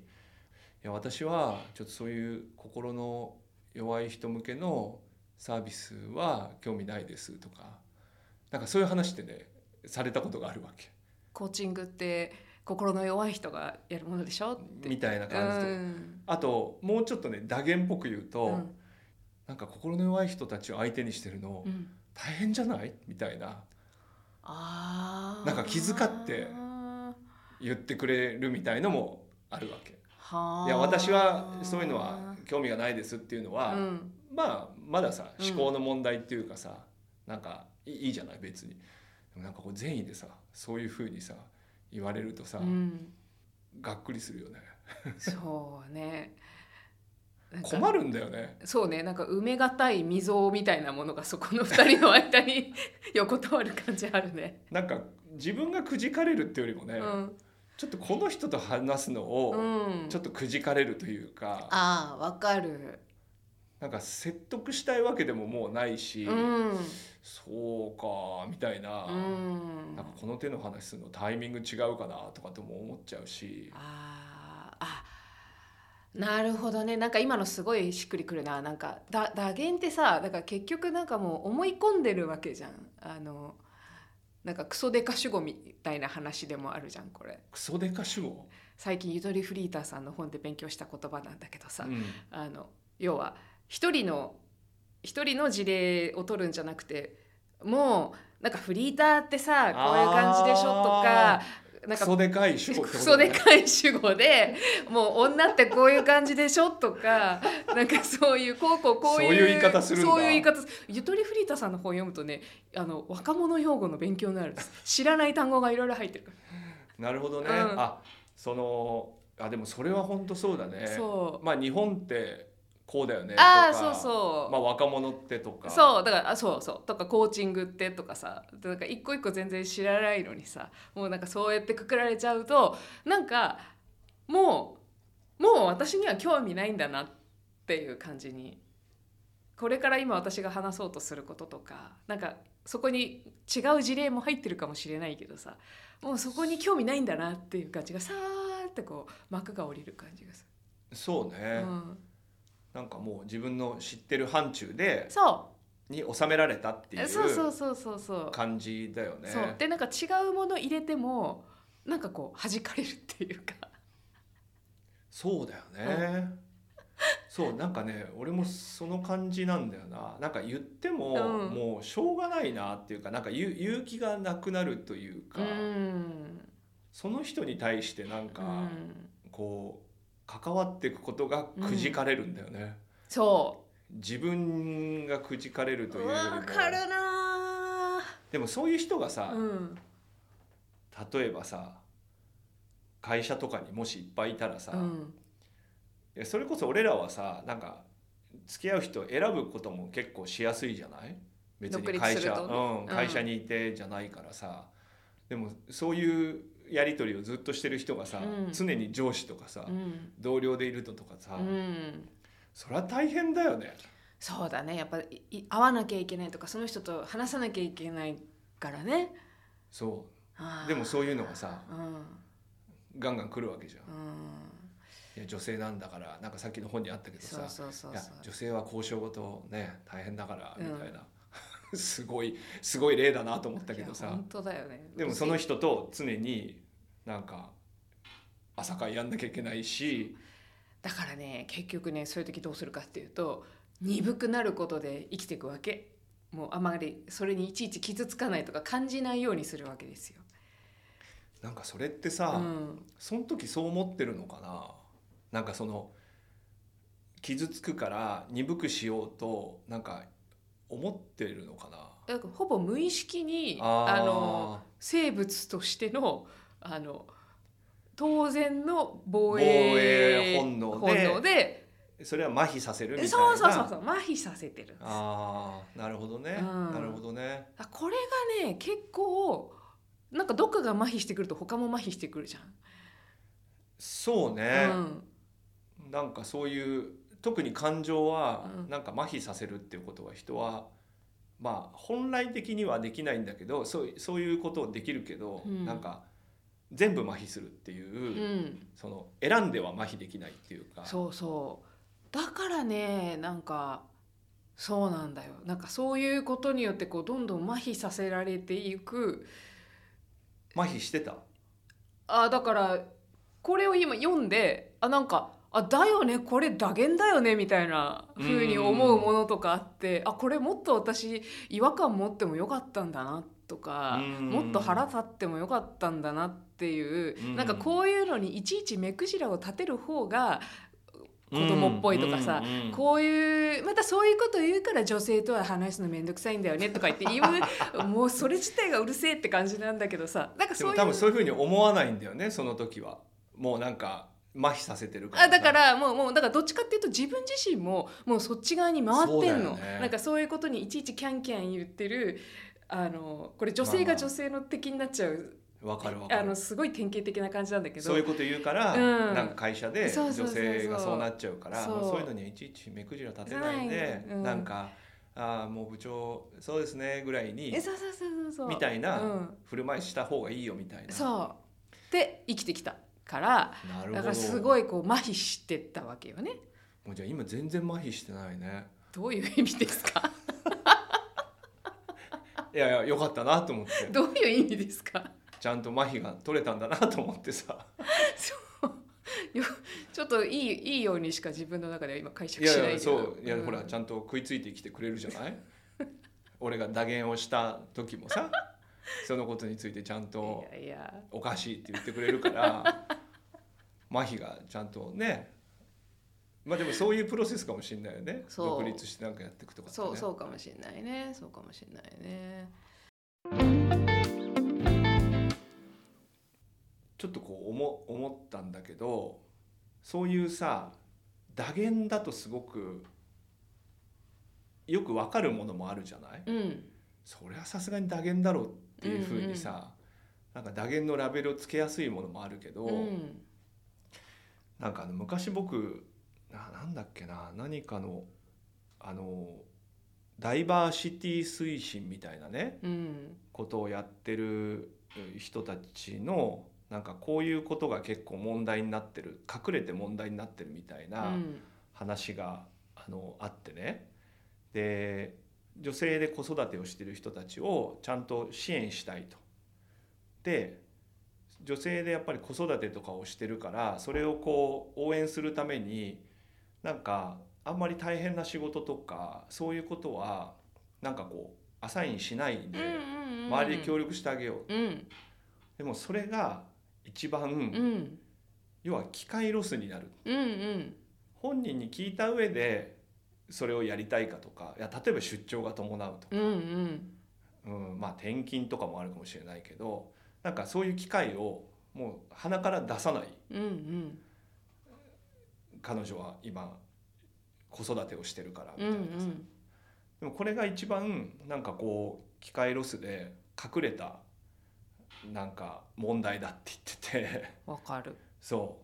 Speaker 4: や私はちょっとそういう心の弱い人向けのサービスは興味ないですとかなんかそういう話ってねされたことがあるわけ
Speaker 3: コーチングって心の弱い人がやるものでしょって
Speaker 4: みたいな
Speaker 3: う
Speaker 4: 感じとか。
Speaker 3: ん
Speaker 4: あともうちょっとね打言っぽく言うと、
Speaker 3: うん
Speaker 4: なんか心の弱い人たちを相手にしてるの
Speaker 3: うん
Speaker 4: 大変じゃないみたいな
Speaker 3: あー
Speaker 4: なんか気遣って
Speaker 3: は
Speaker 4: 言ってくれるみたいのもあるわけ。
Speaker 3: あ
Speaker 4: いや私はそういうのは興味がないですっていうのは、
Speaker 3: うん
Speaker 4: まあまださ
Speaker 3: うん
Speaker 4: 思考の問題っていうかさ、なんかいいいいじゃない別に。でもなんかこう善意でさそういうふうにさ言われるとさ、
Speaker 3: うん
Speaker 4: がっくりするよね。
Speaker 3: そうねなんか
Speaker 4: 困るんだよね。
Speaker 3: そうねなんか埋めがたい溝みたいなものがそこの二人の間に 横たわる感じあるね
Speaker 4: なんか自分がくじかれるってよりもね、
Speaker 3: うん
Speaker 4: ちょっとこの人と話すのを、
Speaker 3: うん
Speaker 4: ちょっとくじかれるというか
Speaker 1: ああわかる
Speaker 4: なんか説得したいわけでももうないし、
Speaker 3: うん
Speaker 4: そうかみたいな,、
Speaker 3: うん
Speaker 4: なんかこの手の話するのタイミング違うかなとかとも思っちゃうし
Speaker 3: あーあなるほどねなんか今のすごいしっくりくるななんかだ打言ってさだから結局なんかもう思い込んでるわけじゃんあのなんかクソデカ主語みたいな話でもあるじゃんこれ
Speaker 4: クソデカ主語、
Speaker 3: 最近ゆとりフリーターさんの本で勉強した言葉なんだけどさ、
Speaker 4: うん
Speaker 3: あの要は一人の一人の事例を取るんじゃなくてもうなんかフリーターってさこういう感じでしょとかなん
Speaker 4: ク
Speaker 3: か
Speaker 4: ソでかい主語って
Speaker 3: ク
Speaker 4: こと
Speaker 3: ソで
Speaker 4: ね
Speaker 3: かい主語でもう女ってこういう感じでしょと かなんかそういうこうこうこういう
Speaker 4: そういう言い方するんだ
Speaker 3: そういう言い方すゆとりフリータさんの本読むとねあの若者用語の勉強になるんです知らない単語がいろいろ入ってるか
Speaker 4: なるほどね、
Speaker 3: うん
Speaker 4: あそのあでもそれは本当そうだね
Speaker 3: らそう
Speaker 4: まあ日本ってこうだよねとか
Speaker 3: ああそうそう、
Speaker 4: まあ若者ってとか
Speaker 3: そうだからあそうそうとかコーチングってとかさなんか一個一個全然知らないのにさもうなんかそうやってくくられちゃうとなんかもうもう私には興味ないんだなっていう感じにこれから今私が話そうとすることとかなんかそこに違う事例も入ってるかもしれないけどさもうそこに興味ないんだなっていう感じがさーってこう幕が降りる感じがす
Speaker 4: そう
Speaker 3: る、
Speaker 4: ね、
Speaker 3: うん、
Speaker 4: なんかもう自分の知ってる範疇で
Speaker 3: そ
Speaker 4: に収められたっていう
Speaker 3: そうそうそうそうそう
Speaker 4: 感じだよね
Speaker 3: そうでなんか違うもの入れてもなんかこう弾かれるっていうか
Speaker 4: そうだよね、そうなんかね俺もその感じなんだよななんか言っても、
Speaker 3: うん
Speaker 4: もうしょうがないなっていうかなんか言う勇気がなくなるというか、
Speaker 3: ん
Speaker 4: その人に対してなんか、
Speaker 3: うん
Speaker 4: こう関わっていくことがくじかれるんだよね、
Speaker 3: そ
Speaker 4: 自分がくじかれると
Speaker 3: う
Speaker 4: いううよりも
Speaker 3: わかるな
Speaker 4: でもそういう人がさ
Speaker 3: ー、うん
Speaker 4: 例えばさ会社とかにもしいっぱいいたらさ、
Speaker 3: うん
Speaker 4: いやそれこそ俺らはさなんか付き合う人を選ぶことも結構しやすいじゃない別
Speaker 3: 独
Speaker 4: に
Speaker 3: 立
Speaker 4: 会
Speaker 3: する
Speaker 4: 社、
Speaker 3: とね
Speaker 4: うん、
Speaker 3: うん
Speaker 4: 会社にいてじゃないからさ、でもそういうやり取りをずっとしてる人がさ、
Speaker 3: うん
Speaker 4: 常に上司とかさ、
Speaker 3: うん
Speaker 4: 同僚でいるととかさ、
Speaker 3: うん
Speaker 4: そりゃ大変だよね。
Speaker 3: そうだねやっぱいい会わなきゃいけないとかその人と話さなきゃいけないからね
Speaker 4: そ
Speaker 3: あ
Speaker 4: う
Speaker 3: ー
Speaker 4: でもそういうのがさ
Speaker 3: うん
Speaker 4: ガンガン来るわけじゃん。
Speaker 3: うん
Speaker 4: いや女性なんだからなんかさっきの本にあったけどさ
Speaker 3: そうそうそう
Speaker 4: いや
Speaker 3: そう
Speaker 4: 女性は交渉ごとね大変だから
Speaker 3: う
Speaker 4: み
Speaker 3: ん
Speaker 4: たいな、 すごいすごい例だなと思ったけど
Speaker 3: いや
Speaker 4: さ
Speaker 3: 本当だよね
Speaker 4: でもその人と常になんか朝会やんなきゃいけないし
Speaker 3: だからね結局ねそういう時どうするかっていうと鈍くなることで生きていくわけもうあまりそれにいちいち傷つかないとか感じないようにするわけですよ。
Speaker 4: なんかそれって
Speaker 3: う
Speaker 4: さ、
Speaker 3: ん、
Speaker 4: その時そう思ってるのかななんかその傷つくから鈍くしようとなんか思ってるのかな
Speaker 3: だからほぼ無意識に
Speaker 4: あー
Speaker 3: あの生物としてのあの当然の防衛
Speaker 4: 防衛本能で
Speaker 3: で
Speaker 4: それは麻痺させるみたいな
Speaker 3: そうそうそうそう麻痺させてるんです
Speaker 4: ああなるほどね、
Speaker 3: うん
Speaker 4: なるほどね
Speaker 3: あこれがね結構なんかどっかが麻痺してくると他も麻痺してくるじ
Speaker 4: そう
Speaker 3: ゃ
Speaker 4: ね
Speaker 3: ん、う、ん、
Speaker 4: なんかそういう特に感情は
Speaker 3: うん
Speaker 4: なんか麻痺させるっていうことは人はまあ本来的にはできないんだけどそうそういうことをできるけど、
Speaker 3: うん
Speaker 4: なんか全部麻痺するっていう、
Speaker 3: うん、
Speaker 4: その選んでは麻痺できないっていうか
Speaker 3: そうそうだからねなんかそうなんだよなんかそういうことによってこうどんどん麻痺させられていく
Speaker 4: 麻痺してた
Speaker 3: あだからこれを今読んであなんかあだよねこれ打言だよねみたいな風に思うものとかあってあこれもっと私違和感持ってもよかったんだなとか
Speaker 4: うん
Speaker 3: もっと腹立ってもよかったんだなっていう
Speaker 4: うん
Speaker 3: なんかこういうのにいちいち目くじらを立てる方が子供っぽいとかさ
Speaker 4: うんうんうん
Speaker 3: こういうまたそういうこと言うから女性とは話すの面倒くさいんだよねとか言って言うもうそれ自体がうるせえって感じなんだけどさなんか
Speaker 4: で
Speaker 3: そ
Speaker 4: も
Speaker 3: うい
Speaker 4: 多分
Speaker 3: う
Speaker 4: そういうふうに思わないんだよねその時はもうなんか麻痺させてるから
Speaker 3: あだからもうもうだからどっちかっていうと自分自身ももうそっち側に回っ
Speaker 4: そう
Speaker 3: て
Speaker 4: だ
Speaker 3: ん
Speaker 4: よ
Speaker 3: の、
Speaker 4: ね
Speaker 3: なんかそういうことにいちいちキャンキャン言ってるあのこれ女性
Speaker 4: まあま
Speaker 3: が
Speaker 4: あ
Speaker 3: 女性の敵になっちゃう、
Speaker 4: わかるわ
Speaker 3: あ
Speaker 4: かる
Speaker 3: のすごい典型的な感じなんだけど
Speaker 4: そういうこと言うから、
Speaker 3: うん
Speaker 4: なんか会社で
Speaker 3: そう
Speaker 4: 女
Speaker 3: そうそうそう
Speaker 4: 性がそうなっちゃうから
Speaker 3: そう
Speaker 4: まあそういうのにはいちいち目くじら立てないで、
Speaker 3: うん
Speaker 4: なんか「ああもう部長そうですね」ぐらいに
Speaker 3: えそうそうそうそうそう
Speaker 4: みたいな
Speaker 3: うん
Speaker 4: 振る舞いした方がいいよみたいな。
Speaker 3: そうで生きてきたから
Speaker 4: なるほど
Speaker 3: だからすご
Speaker 4: い
Speaker 3: いこう麻痺してったわけよね
Speaker 4: もうじゃあ今全然麻痺してないね。
Speaker 3: どういう意味です か
Speaker 4: いやいやよかったなと思って
Speaker 3: どういう意味ですか
Speaker 4: ちゃんと麻痺が取れたんだなと思ってさ
Speaker 3: そうよちょっといいいいようにしか自分の中では今解釈
Speaker 4: い
Speaker 3: しないけど
Speaker 4: やいやそういや、
Speaker 3: ん
Speaker 4: ほらちゃんと食いついてきてくれるじゃない 俺が打言をした時 もさそのことについてちゃんと
Speaker 3: いやいや
Speaker 4: おかしいって言ってくれるから 麻痺がちゃんとねまあでもそういうプロセスかもしれないよね
Speaker 3: そう
Speaker 4: 独立してなんかやっていくとかってね、
Speaker 3: そうそうかもしれないねそうかもしれないね
Speaker 4: ちょっとこう思思ったんだけどそういうさ打言だとすごくよくわかるものもあるじゃない
Speaker 3: うん
Speaker 4: それはさすがに打言だろうっていうふうにさ、なんか打言のラベルをつけやすいものもあるけど、
Speaker 3: うん
Speaker 4: なんかあの昔僕ななんだっけな何かのあのダイバーシティ推進みたいなね
Speaker 3: うん
Speaker 4: ことをやってるえ人たちのなんかこういうことが結構問題になってる隠れて問題になってるみたいうな。
Speaker 3: ん
Speaker 4: 話があのあってねで女性で子育てをしている人たちをちゃんと支援したいと。で女性でやっぱり子育てとかをしてるからそれをこう応援するためになんかあんまり大変な仕事とかそういうことはなんかこうアサインしないで周りで協
Speaker 3: 力
Speaker 4: 力してあげよう、
Speaker 3: うん
Speaker 4: でもそれが一番、
Speaker 3: うん
Speaker 4: 要は機械ロスになる
Speaker 3: うんうん
Speaker 4: 本人に聞いた上でそれをやりたいかとかいや例えば出張が伴うと
Speaker 3: うんうん
Speaker 4: うん、まあ転勤とかもあるかもしれないけどなんかそういう機会をもう鼻から出さない
Speaker 3: うんうん
Speaker 4: 彼女は今子育てをしてるからみ
Speaker 3: う
Speaker 4: たいなさ、
Speaker 3: ん
Speaker 4: でもこれが一番なんかこう機械ロスで隠れたなんか問題だって言って て
Speaker 3: わかる
Speaker 4: そ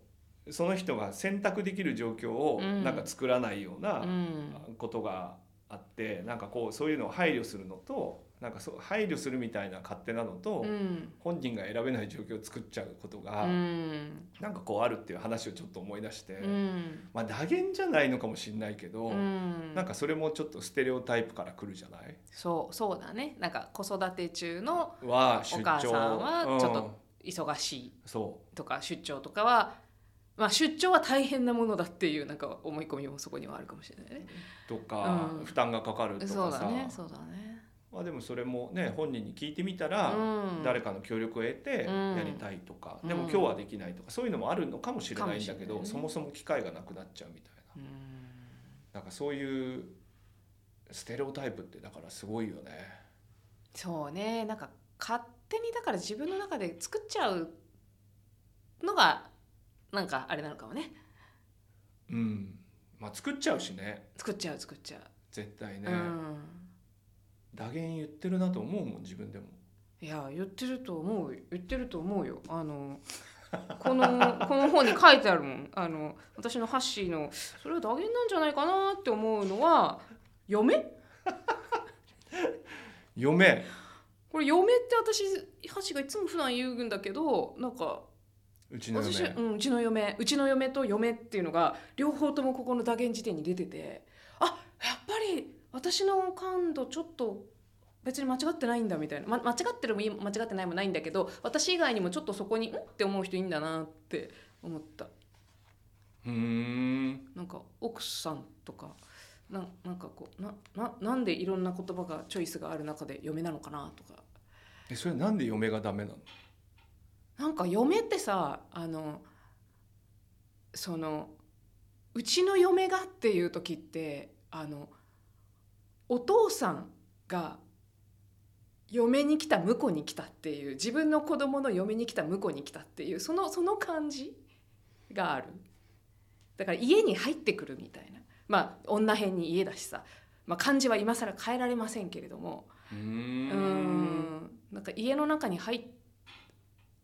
Speaker 4: うその人が選択できる状況を
Speaker 3: うん
Speaker 4: なんか作らないような、
Speaker 3: うん
Speaker 4: ことがあってなんかこうそういうのを配慮するのとなんかそう配慮するみたいな勝手なのと、
Speaker 3: うん
Speaker 4: 本人が選べない状況を作っちゃうことが、
Speaker 3: うん
Speaker 4: なんかこうあるっていう話をちょっと思い出して、
Speaker 3: うん
Speaker 4: まあ打言じゃないのかもしれないけど、
Speaker 3: うん
Speaker 4: なんかそれもちょっとステレオタイプから来るじゃない
Speaker 3: そうそうだねなんか子育て中の
Speaker 4: は
Speaker 3: お
Speaker 4: 出張
Speaker 3: 母さんはちょっ
Speaker 4: うん
Speaker 3: と忙しい
Speaker 4: そ
Speaker 3: とか出張とかは、まあ、出張は大変なものだっていうなんか思い込みもそこにはあるかもしれないね。
Speaker 4: うとか、
Speaker 3: うん
Speaker 4: 負担がかかると
Speaker 3: そう
Speaker 4: か
Speaker 3: だ
Speaker 4: さ、
Speaker 3: ねそうだね。
Speaker 4: まあ、でもそれもね本人に聞いてみたら、
Speaker 3: うん、
Speaker 4: 誰かの協力を得て
Speaker 3: うん
Speaker 4: やりたいとか、
Speaker 3: うん
Speaker 4: でも今日はできないとかそういうのもあるのかもしれないんだけ
Speaker 3: か
Speaker 4: ど、
Speaker 3: もしれ
Speaker 4: そ
Speaker 3: ないね
Speaker 4: もそも機会がなくなっちゃうみたいな
Speaker 3: うん
Speaker 4: なんかそういうステレオタイプってだからすごいよね。
Speaker 3: そうねなんか勝手にだから自分の中で作っちゃうのがなんかあれなのかもね
Speaker 4: うんまあ、作っちゃうしね
Speaker 3: 作っちゃう作っちゃ
Speaker 4: 絶対
Speaker 3: う。
Speaker 4: ね、
Speaker 3: うん
Speaker 4: 打言言ってるなと思うもん自分でも。
Speaker 3: いや言ってると思うよ言ってると思うよあのこのこの本に書いてあるもんあの私のハッシーのそれは打言なんじゃないかなって思うのは嫁
Speaker 4: 嫁
Speaker 3: これ嫁って私ハッシーがいつも普段言うんだけどなんか
Speaker 4: うちの
Speaker 3: 私、
Speaker 4: 嫁
Speaker 3: うん、うちの嫁うちの嫁と嫁っていうのが両方ともここの打言辞典に出ててあやっぱり私の感度ちょっと別に間違ってないんだみたいな、ま、間違ってるもいい間違ってないもないんだけど私以外にもちょっとそこにんって思う人いいんだなって思った
Speaker 4: うーん
Speaker 3: なんか奥さんとかななんかこうなななんでいろんな言葉がチョイスがある中で嫁なのかなとか
Speaker 4: えそれなんで嫁がダメなの
Speaker 3: なんか嫁ってさあのそのうちの嫁がっていう時ってあのお父さんが嫁に来た婿に来たっていう自分の子供の嫁に来た婿に来たっていうそのその感じがあるだから家に入ってくるみたいなまあ女編に家だしさ、まあ、漢字は今更変えられませんけれども
Speaker 4: うー
Speaker 3: うんんなんか家の中に入っ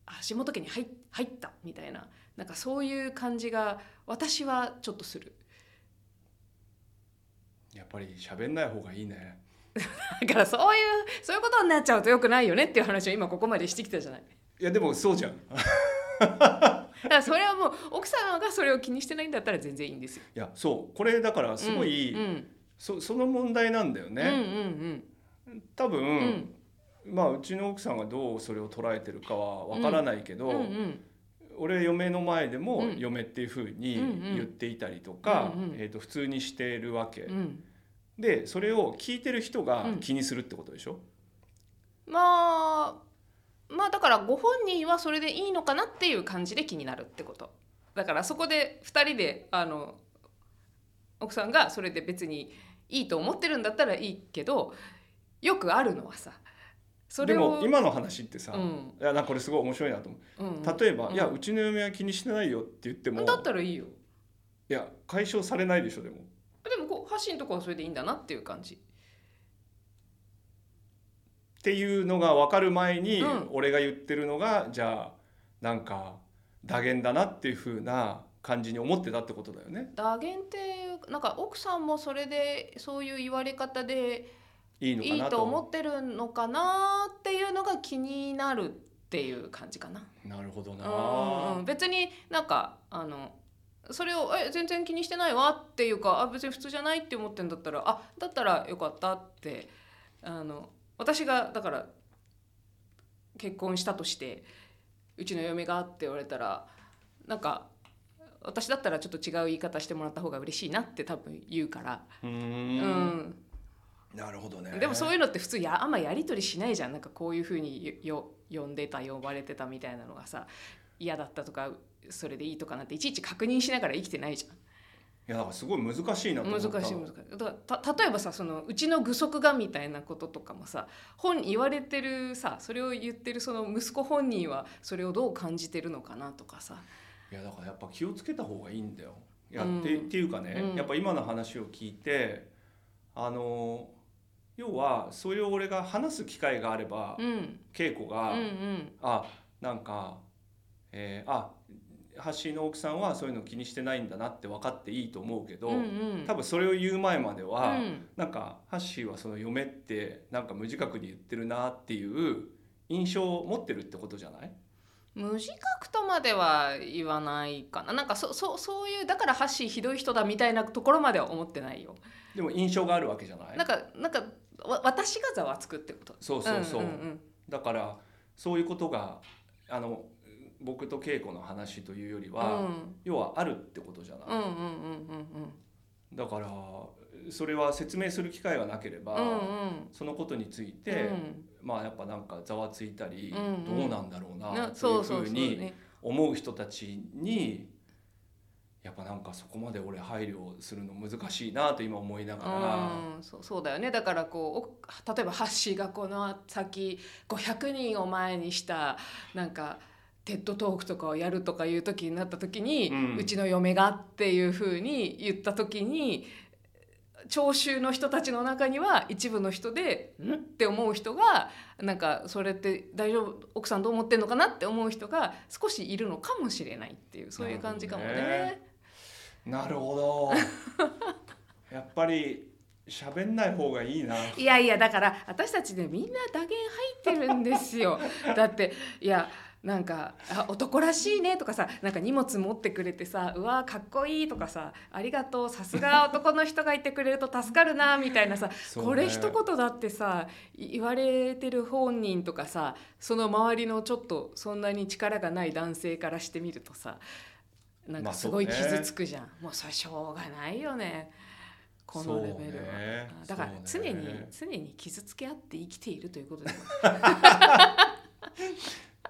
Speaker 3: 足元家に入っ入ったみたいななんかそういう感じが私はちょっとする
Speaker 4: やっぱり喋んない方がいいね。
Speaker 3: だからそういうそういうことになっちゃうとよくないよねっていう話を今ここまでしてきたじゃない
Speaker 4: いやでもそうじゃん。
Speaker 3: だからそれはもう奥様がそれを気にしてないんだったら全然いいんですよ
Speaker 4: いやそうこれだからすごい、
Speaker 3: うんうん
Speaker 4: そその問題なんだよ
Speaker 3: うん
Speaker 4: ね、多分、
Speaker 3: ん
Speaker 4: まあうちの奥さんがどうそれを捉えてるかはわからないけど、
Speaker 3: うんうんうん
Speaker 4: 俺嫁の前でも
Speaker 3: うん
Speaker 4: 嫁っていうふうに
Speaker 3: うんうん
Speaker 4: 言っていたりとか、
Speaker 3: うんうん
Speaker 4: えー、と普通にしてるわけ、
Speaker 3: うん、
Speaker 4: でそれを聞いてる人が
Speaker 3: うん
Speaker 4: 気にするってことでしょ、
Speaker 3: まあまあだからご本人はそれでいいのかなっていう感じで気になるってことだからそこで2人であの奥さんがそれで別にいいと思ってるんだったらいいけどよくあるのはさそ
Speaker 4: で
Speaker 3: れを
Speaker 4: も今の話ってさ、
Speaker 3: うん
Speaker 4: いやなんかこれすごい面白いなと思う、
Speaker 3: うん、
Speaker 4: 例えば、
Speaker 3: うん
Speaker 4: いやうちの嫁は気にしてないよ」って言っても
Speaker 3: だったらいいよ
Speaker 4: いや解消されないでしょでも
Speaker 3: でもこう発信とかはそれでいいんだなっていう感じ
Speaker 4: っていうのが分かる前に、
Speaker 3: うん
Speaker 4: 俺が言ってるのがじゃあなんか打言だなっていうふうな感じに思ってたってことだよね
Speaker 3: 打言っていうなんか奥さんもそれでそういう言われ方で
Speaker 4: いいのか
Speaker 3: いい
Speaker 4: な
Speaker 3: と
Speaker 4: と
Speaker 3: 思ってるのかなっていうのが気になるっていう感じかな。
Speaker 4: なるほどな、
Speaker 3: うんうん、別になんかあのそれを「え全然気にしてないわ」っていうか「あ別に普通じゃない」って思ってんだったら「あだったらよかった」ってあの私がだから結婚したとしてうちの嫁がって言われたらなんか私だったらちょっと違う言い方してもらった方が嬉しいなって多分言うから、
Speaker 4: うー
Speaker 3: うんん、
Speaker 4: なるほどね
Speaker 3: でもそう
Speaker 4: い
Speaker 3: いうのって普通やあんまやり取りしないじゃんなんかこういうふうによよ呼んでた呼ばれてたみたいなのがさ嫌だったとかそれでいいとかなんていちいち確認しながら生きてないじ
Speaker 4: やだからすごい難しいな
Speaker 3: ゃ
Speaker 4: と
Speaker 3: ん
Speaker 4: 思
Speaker 3: 難
Speaker 4: っ
Speaker 3: したい難しいだからた例えばさそのうちの具足がみたいなこととかもさ本言われてるさそれを言ってるその息子本人はそれをどう感じてるのかなとかさ
Speaker 4: いやだからやっぱ気をつけた方がいいんだよ。いや
Speaker 3: うん
Speaker 4: ってっていうかね、
Speaker 3: うん
Speaker 4: やっぱ今の話を聞いてあの要はそういう俺が話す機会があれば、
Speaker 3: うん
Speaker 4: 稽古
Speaker 3: うん
Speaker 4: が、
Speaker 3: うん
Speaker 4: あなんか、えー、あ橋の奥さんはそういうの気にしてないんだなって分かっていいと思うけど、
Speaker 3: うんうん
Speaker 4: 多分それを言う前までは、
Speaker 3: うん
Speaker 4: なんかハッシーはその嫁ってなんか無自覚に言ってるなっていう印象を持ってるってことじゃない
Speaker 3: 無自覚とまでは言わないかななんかそそそういうだからハッシーひどい人だみたいなところまでは思ってないよ
Speaker 4: でも印象があるわけじゃない
Speaker 3: なんかなんかわ私がざわつくってこと
Speaker 4: そうそうそう,、
Speaker 3: んん
Speaker 4: だからそういうことがあの僕と恵子の話というより
Speaker 3: うん
Speaker 4: は、要はあるってことじゃ
Speaker 3: う
Speaker 4: ない、
Speaker 3: んうんうんうん
Speaker 4: だからそれは説明する機会がなければ、
Speaker 3: うんうんうん
Speaker 4: そのことについて、まあやっぱなんかざわついたり、
Speaker 3: うんうん
Speaker 4: どうなんだろう
Speaker 3: うん
Speaker 4: な
Speaker 3: な
Speaker 4: ってい
Speaker 3: そうう
Speaker 4: ふ
Speaker 3: そううそう
Speaker 4: に
Speaker 3: ね
Speaker 4: 思う人たちにやっぱなんかそこまで俺配慮するの難しいなと今思いながら、
Speaker 3: うんそうそうだよねだからこうお例えばハッシーがこの先500人を前にしたなんかテッドトークとかをやるとかいう時になった時に、
Speaker 4: う
Speaker 3: うんちの嫁がっていうふうに言った時に聴衆の人たちの中には一部の人で「ん?」って思う人がなんかそれって大丈夫奥さんどう思ってんのかなって思う人が少しいるのかもしれないっていうそういう感じかもね。
Speaker 4: なるほどねなる ほどやっぱり喋んない方がいいな。
Speaker 3: いやいやだから私たちねみんな打言入ってるんです よ。だっていやなんかあ男らしいねとかさなんか荷物持ってくれてさうわーかっこいいとかさありがとうさすが男の人がいてくれると助かるなみたいなさ、
Speaker 4: そうね
Speaker 3: これ一言だってさい言われてる本人とかさその周りのちょっとそんなに力がない男性からしてみるとさなん
Speaker 4: まあ
Speaker 3: かす
Speaker 4: そう
Speaker 3: ご
Speaker 4: ね
Speaker 3: い傷つくじゃん、もうそれしょうがないよねこのレベルは。
Speaker 4: そうね
Speaker 3: だから
Speaker 4: そ
Speaker 3: 常
Speaker 4: うね
Speaker 3: に、常に傷つけ合って生きているということです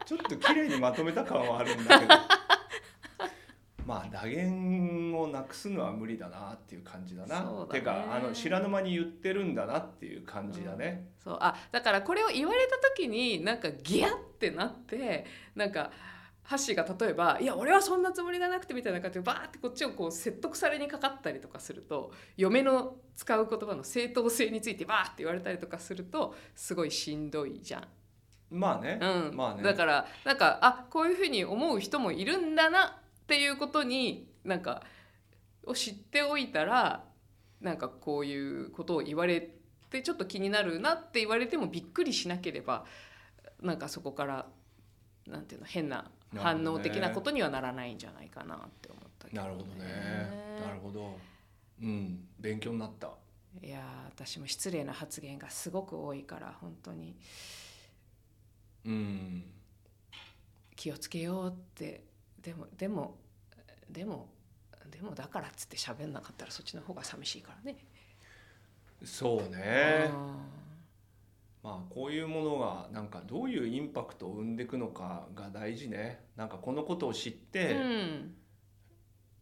Speaker 4: ちょっと綺麗にまとめた感はあるんだけど まあ打言をなくすのは無理だなっていう感じだ
Speaker 3: そ
Speaker 4: な
Speaker 3: うだね
Speaker 4: てかあの知らぬ間に言ってるんだなっていう感じだね、
Speaker 3: そうあだからこれを言われた時になんかギャってなってなんかハッシーが例えば「いや俺はそんなつもりがなくて」みたいな感じでバーってこっちをこう説得されにかかったりとかすると嫁の使う言葉の正当性についてバーって言われたりとかするとすごいしんどいじゃん。
Speaker 4: まあね、
Speaker 3: うん
Speaker 4: まあね
Speaker 3: だからなんかあこういうふうに思う人もいるんだなっていうことになんかを知っておいたらなんかこういうことを言われてちょっと気になるなって言われてもびっくりしなければなんかそこからなんていうの変な
Speaker 4: なるほ
Speaker 3: 反
Speaker 4: どね
Speaker 3: 応的なことにはならないんじゃないかなって思ったけど、
Speaker 4: なるほどねなるほどうん勉強になった
Speaker 3: いやー私も失礼な発言がすごく多いから本当に
Speaker 4: うん
Speaker 3: 気をつけようってでもでもでもでもだからっつって喋んなかったらそっちの方が寂しいからね。
Speaker 4: そうね
Speaker 3: うん
Speaker 4: まあこういうものがなんかどういうインパクトを生んでいくのかが大事ねなんかこのことを知って、
Speaker 3: うん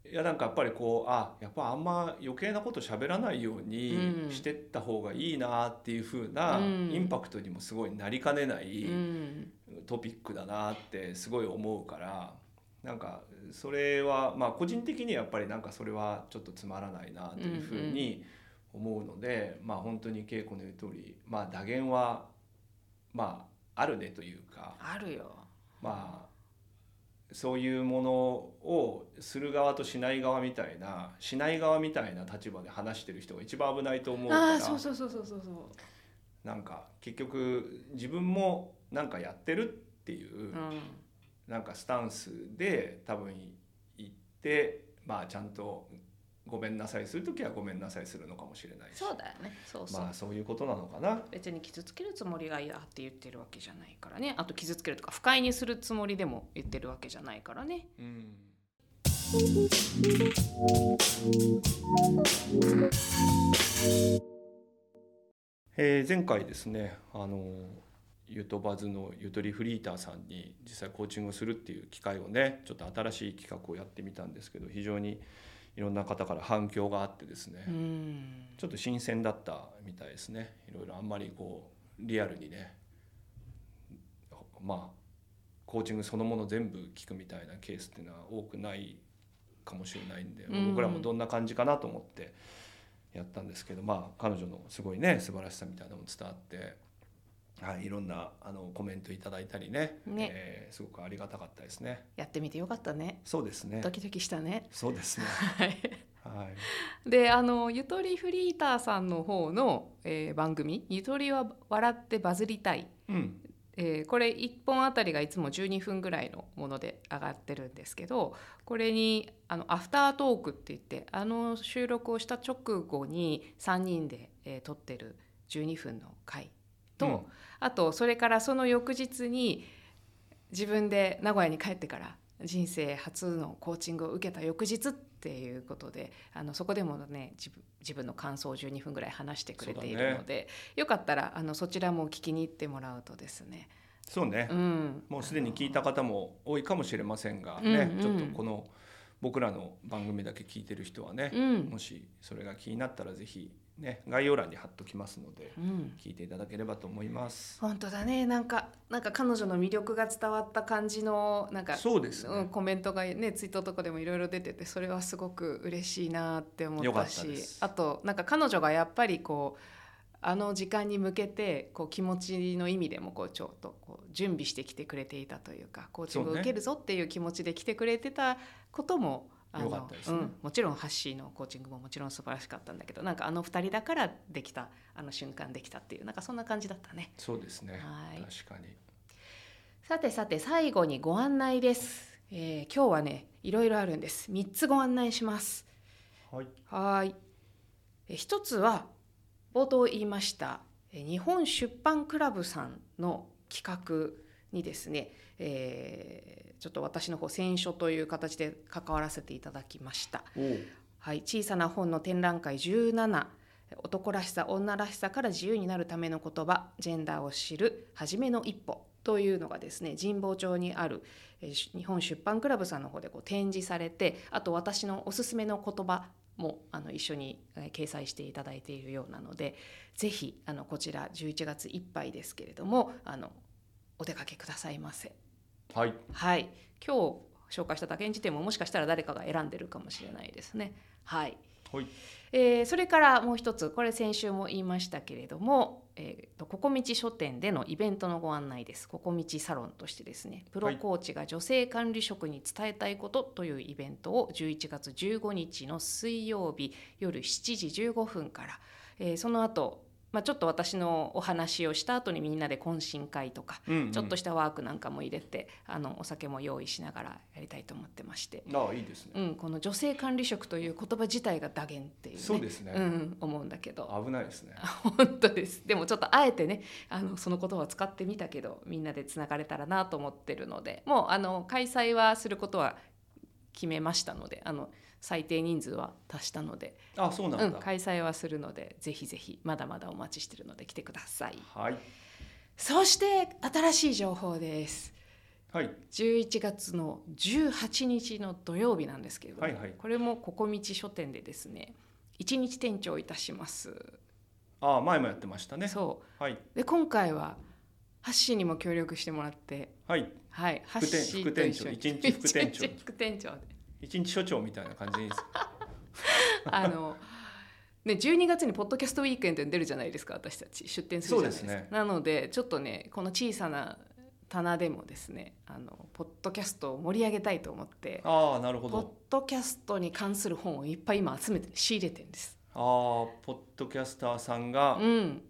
Speaker 4: いやなんかやっぱりこうあやっぱあんま余計なこと喋らないよう
Speaker 3: う
Speaker 4: に
Speaker 3: ん
Speaker 4: してった方がいいなっていう風な
Speaker 3: うん
Speaker 4: インパクトにもすごいなりかねない
Speaker 3: うん
Speaker 4: トピックだなってすごい思うからなんかそれはまあ個人的にはやっぱりなんかそれはちょっとつまらないなという風に思うので、まあ本当に恵子の言う通りまあ打言はまああるねというか。
Speaker 3: あるよ。
Speaker 4: まあそういうものをする側としない側みたいなしない側みたいな立場で話してる人が一番危ないと思うから
Speaker 3: ああそうそうそうそうそうそ
Speaker 4: なんか結局自分もなんかやってるっていう、
Speaker 3: う。うん
Speaker 4: なんかスタンスで多分行ってまあちゃんとごめんなさいする時はごめんなさいするのかもしれないし
Speaker 3: そうだよね。そうそう。
Speaker 4: まあそういうことなのかな。
Speaker 3: 別に傷つけるつもりがいやって言ってるわけじゃないからねあと傷つけるとか不快にするつもりでも言ってるわけじゃないからね
Speaker 4: うんえー前回ですねあのゆとばずのゆとりフリーターさんに実際コーチングをするっていう機会をねちょっと新しい企画をやってみたんですけど非常にいろんな方から反響があってですね、
Speaker 3: うん
Speaker 4: ちょっと新鮮だったみたいですねいろいろあんまりこうリアルにねまあコーチングそのもの全部聞くみたいなケースっていうのは多くないかもしれないんで、
Speaker 3: うん
Speaker 4: 僕らもどんな感じかなと思ってやったんですけどまあ彼女のすごいね素晴らしさみたいなのも伝わって、はい、いろんなあのコメントいただいたりね
Speaker 3: ね
Speaker 4: えーすごくありがたかったですね。
Speaker 3: やってみてよかったね
Speaker 4: そうですね
Speaker 3: ドキドキした ね
Speaker 4: そうですね、
Speaker 3: はい
Speaker 4: はい、
Speaker 3: であのゆとりフリーターさんの方の、えー番組「ゆとりは笑ってバズりたい」
Speaker 4: うん
Speaker 3: えーこれ1本あたりがいつも12分ぐらいのもので上がってるんですけどこれにあのアフタートークって言ってあの収録をした直後に3人で、えー撮ってる12分の回と、
Speaker 4: うん
Speaker 3: あとそれからその翌日に自分で名古屋に帰ってから人生初のコーチングを受けた翌日っていうことであのそこでもね自分自分の感想を12分ぐらい話してくれているので、よかったらあのそちらも聞きに行ってもらうとですね、
Speaker 4: そうね、
Speaker 3: うん、
Speaker 4: もうすでに聞いた方も多いかもしれませんが
Speaker 3: うんう
Speaker 4: ね
Speaker 3: ん、
Speaker 4: ちょっとこの僕らの番組だけ聞いてる人はね、
Speaker 3: うん
Speaker 4: もしそれが気になったらぜひね概要欄に貼っときますので
Speaker 3: うん、
Speaker 4: 聞いていただければと思います。
Speaker 3: 本当だねなんかなんか彼女の魅力が伝わった感じのなんか
Speaker 4: そうですね
Speaker 3: ん、コメントがねツイートとかでもいろいろ出ててそれはすごく嬉しいなって思っ
Speaker 4: よか
Speaker 3: た
Speaker 4: っ
Speaker 3: した
Speaker 4: です
Speaker 3: あとなんか彼女がやっぱりこうあの時間に向けてこう気持ちの意味でもこうちょっとこう準備してきてくれていたというかコーチングを
Speaker 4: そうね
Speaker 3: 受けるぞっていう気持ちで来てくれてたこともあの
Speaker 4: よかったですね
Speaker 3: うん、もちろんハッシーのコーチングももちろん素晴らしかったんだけどなんかあの2人だからできたあの瞬間できたっていうなんかそんな感じだったね。
Speaker 4: そうですね。
Speaker 3: はい
Speaker 4: 確かに。
Speaker 3: さてさて最後にご案内です、えー今日はねいろいろあるんです3つご案内します
Speaker 4: はい。
Speaker 3: はーいえー一つは冒頭言いましたえー日本出版クラブさんの企画にですね、えーちょっと私の方選書という形で関わらせていただきました
Speaker 4: おう
Speaker 3: はい、小さな本の展覧会17男らしさ女らしさから自由になるための言葉ジェンダーを知る初めの一歩というのがですね神保町にあるえーし日本出版クラブさんの方でこう展示されてあと私のおすすめの言葉もあの一緒にえー掲載していただいているようなのでぜひあのこちら11月いっぱいですけれどもあのお出かけくださいませ。
Speaker 4: はい。
Speaker 3: はい、今日紹介しただけに時点ももしかしたら誰かが選んでるかもしれないですね。はい、
Speaker 4: はい。
Speaker 3: えーそれからもう一つこれ先週も言いましたけれども、えーとここみち書店でのイベントのご案内ですここみちサロンとしてですねプロコーチが女性管理職に伝えたいことというイベントを11月15日の水曜日夜7時15分から、えーその後ままあ、ちょっと私のお話をした後にみんなで懇親会とか、
Speaker 4: うんうん
Speaker 3: ちょっとしたワークなんかも入れてあのお酒も用意しながらやりたいと思ってまして、
Speaker 4: ああいいです
Speaker 3: う
Speaker 4: ね、
Speaker 3: ん、この女性管理職という言葉自体が打言っていう、ね、
Speaker 4: そうですね、
Speaker 3: うん、思うんだけど
Speaker 4: 危ないですね
Speaker 3: 本当ですでもちょっとあえてねあのその言葉を使ってみたけどみんなでつながれたらなと思ってるのでもうあの開催はすることは決めましたのであの最低人数は足したので、
Speaker 4: あそうなんだ、
Speaker 3: うん、開催はするのでぜひぜひまだまだお待ちしてるので来てください
Speaker 4: はい
Speaker 3: そして新しい情報です
Speaker 4: はい
Speaker 3: 11月の18日の土曜日なんですけれども、
Speaker 4: はいはい
Speaker 3: これもここみち書店でですね一日店長いたします、
Speaker 4: ああ前もやってましたね
Speaker 3: そう
Speaker 4: はい
Speaker 3: で今回はハッシーにも協力してもらって、
Speaker 4: はい
Speaker 3: はい、ハッ
Speaker 4: 副店
Speaker 3: シーと一緒に
Speaker 4: 副店長一日副店長
Speaker 3: 一日副店長で
Speaker 4: 一日所長みたいな感じでいいですか
Speaker 3: あのね12月にポッドキャストウィークエンドに出るじゃないですか私たち出店するじゃないですか
Speaker 4: そうですね
Speaker 3: なのでちょっとねこの小さな棚でもですねあのポッドキャストを盛り上げたいと思って
Speaker 4: ああなるほ
Speaker 3: ポッ
Speaker 4: ど
Speaker 3: ドキャストに関する本をいっぱい今集めて仕入れてるんです。
Speaker 4: ああポッドキャスターさんが、
Speaker 3: うん、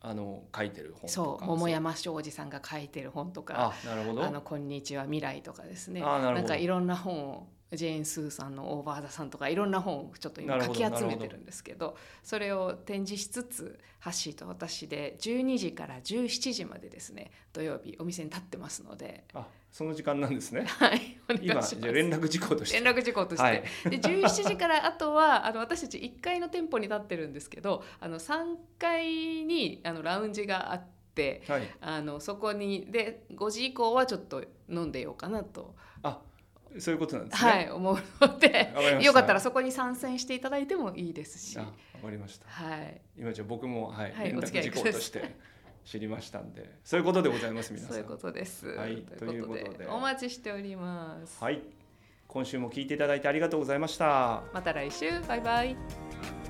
Speaker 4: あの書いてる本とか
Speaker 3: そう桃山庄司さんが書いてる本とか
Speaker 4: あなるほど
Speaker 3: あのこんにちは未来とかですね。
Speaker 4: あーなるほ
Speaker 3: ん
Speaker 4: ど
Speaker 3: かいろんな本をジェーンスーさんのオーバーザさんとかいろんな本をちょっと今
Speaker 4: なる
Speaker 3: か
Speaker 4: ほ
Speaker 3: き
Speaker 4: ど
Speaker 3: 集めてるんですけど、それを展示しつつハッシーと私で12時から17時までですね土曜日お店に立ってますので、
Speaker 4: あその時間なん ですね
Speaker 3: はいお願いし
Speaker 4: 今
Speaker 3: ます。
Speaker 4: じゃあ連絡事項として
Speaker 3: 連絡事項として、
Speaker 4: はい
Speaker 3: で17時からあとはあの私たち1階の店舗に立ってるんですけどあの3階にあのラウンジがあって
Speaker 4: はい
Speaker 3: あのそこにで5時以降はちょっと飲んでようかなと、
Speaker 4: あそういうことなんですね
Speaker 3: はい、思うので
Speaker 4: わりました
Speaker 3: よかったらそこに参戦していただいてもいいですし、
Speaker 4: あ
Speaker 3: は
Speaker 4: わかりました
Speaker 3: い、
Speaker 4: 今じゃあ僕もはい、
Speaker 3: はい
Speaker 4: 連
Speaker 3: お付
Speaker 4: 絡
Speaker 3: き合
Speaker 4: 事
Speaker 3: いくださ
Speaker 4: 項
Speaker 3: い
Speaker 4: として知りましたんでそういうことでございます皆さん
Speaker 3: そういうことです。
Speaker 4: はい
Speaker 3: ということ
Speaker 4: とい
Speaker 3: で
Speaker 4: うことで
Speaker 3: お待ちしております。
Speaker 4: はい今週も聞いていただいてありがとうございました
Speaker 3: また来週バイバイ。
Speaker 4: バイバイ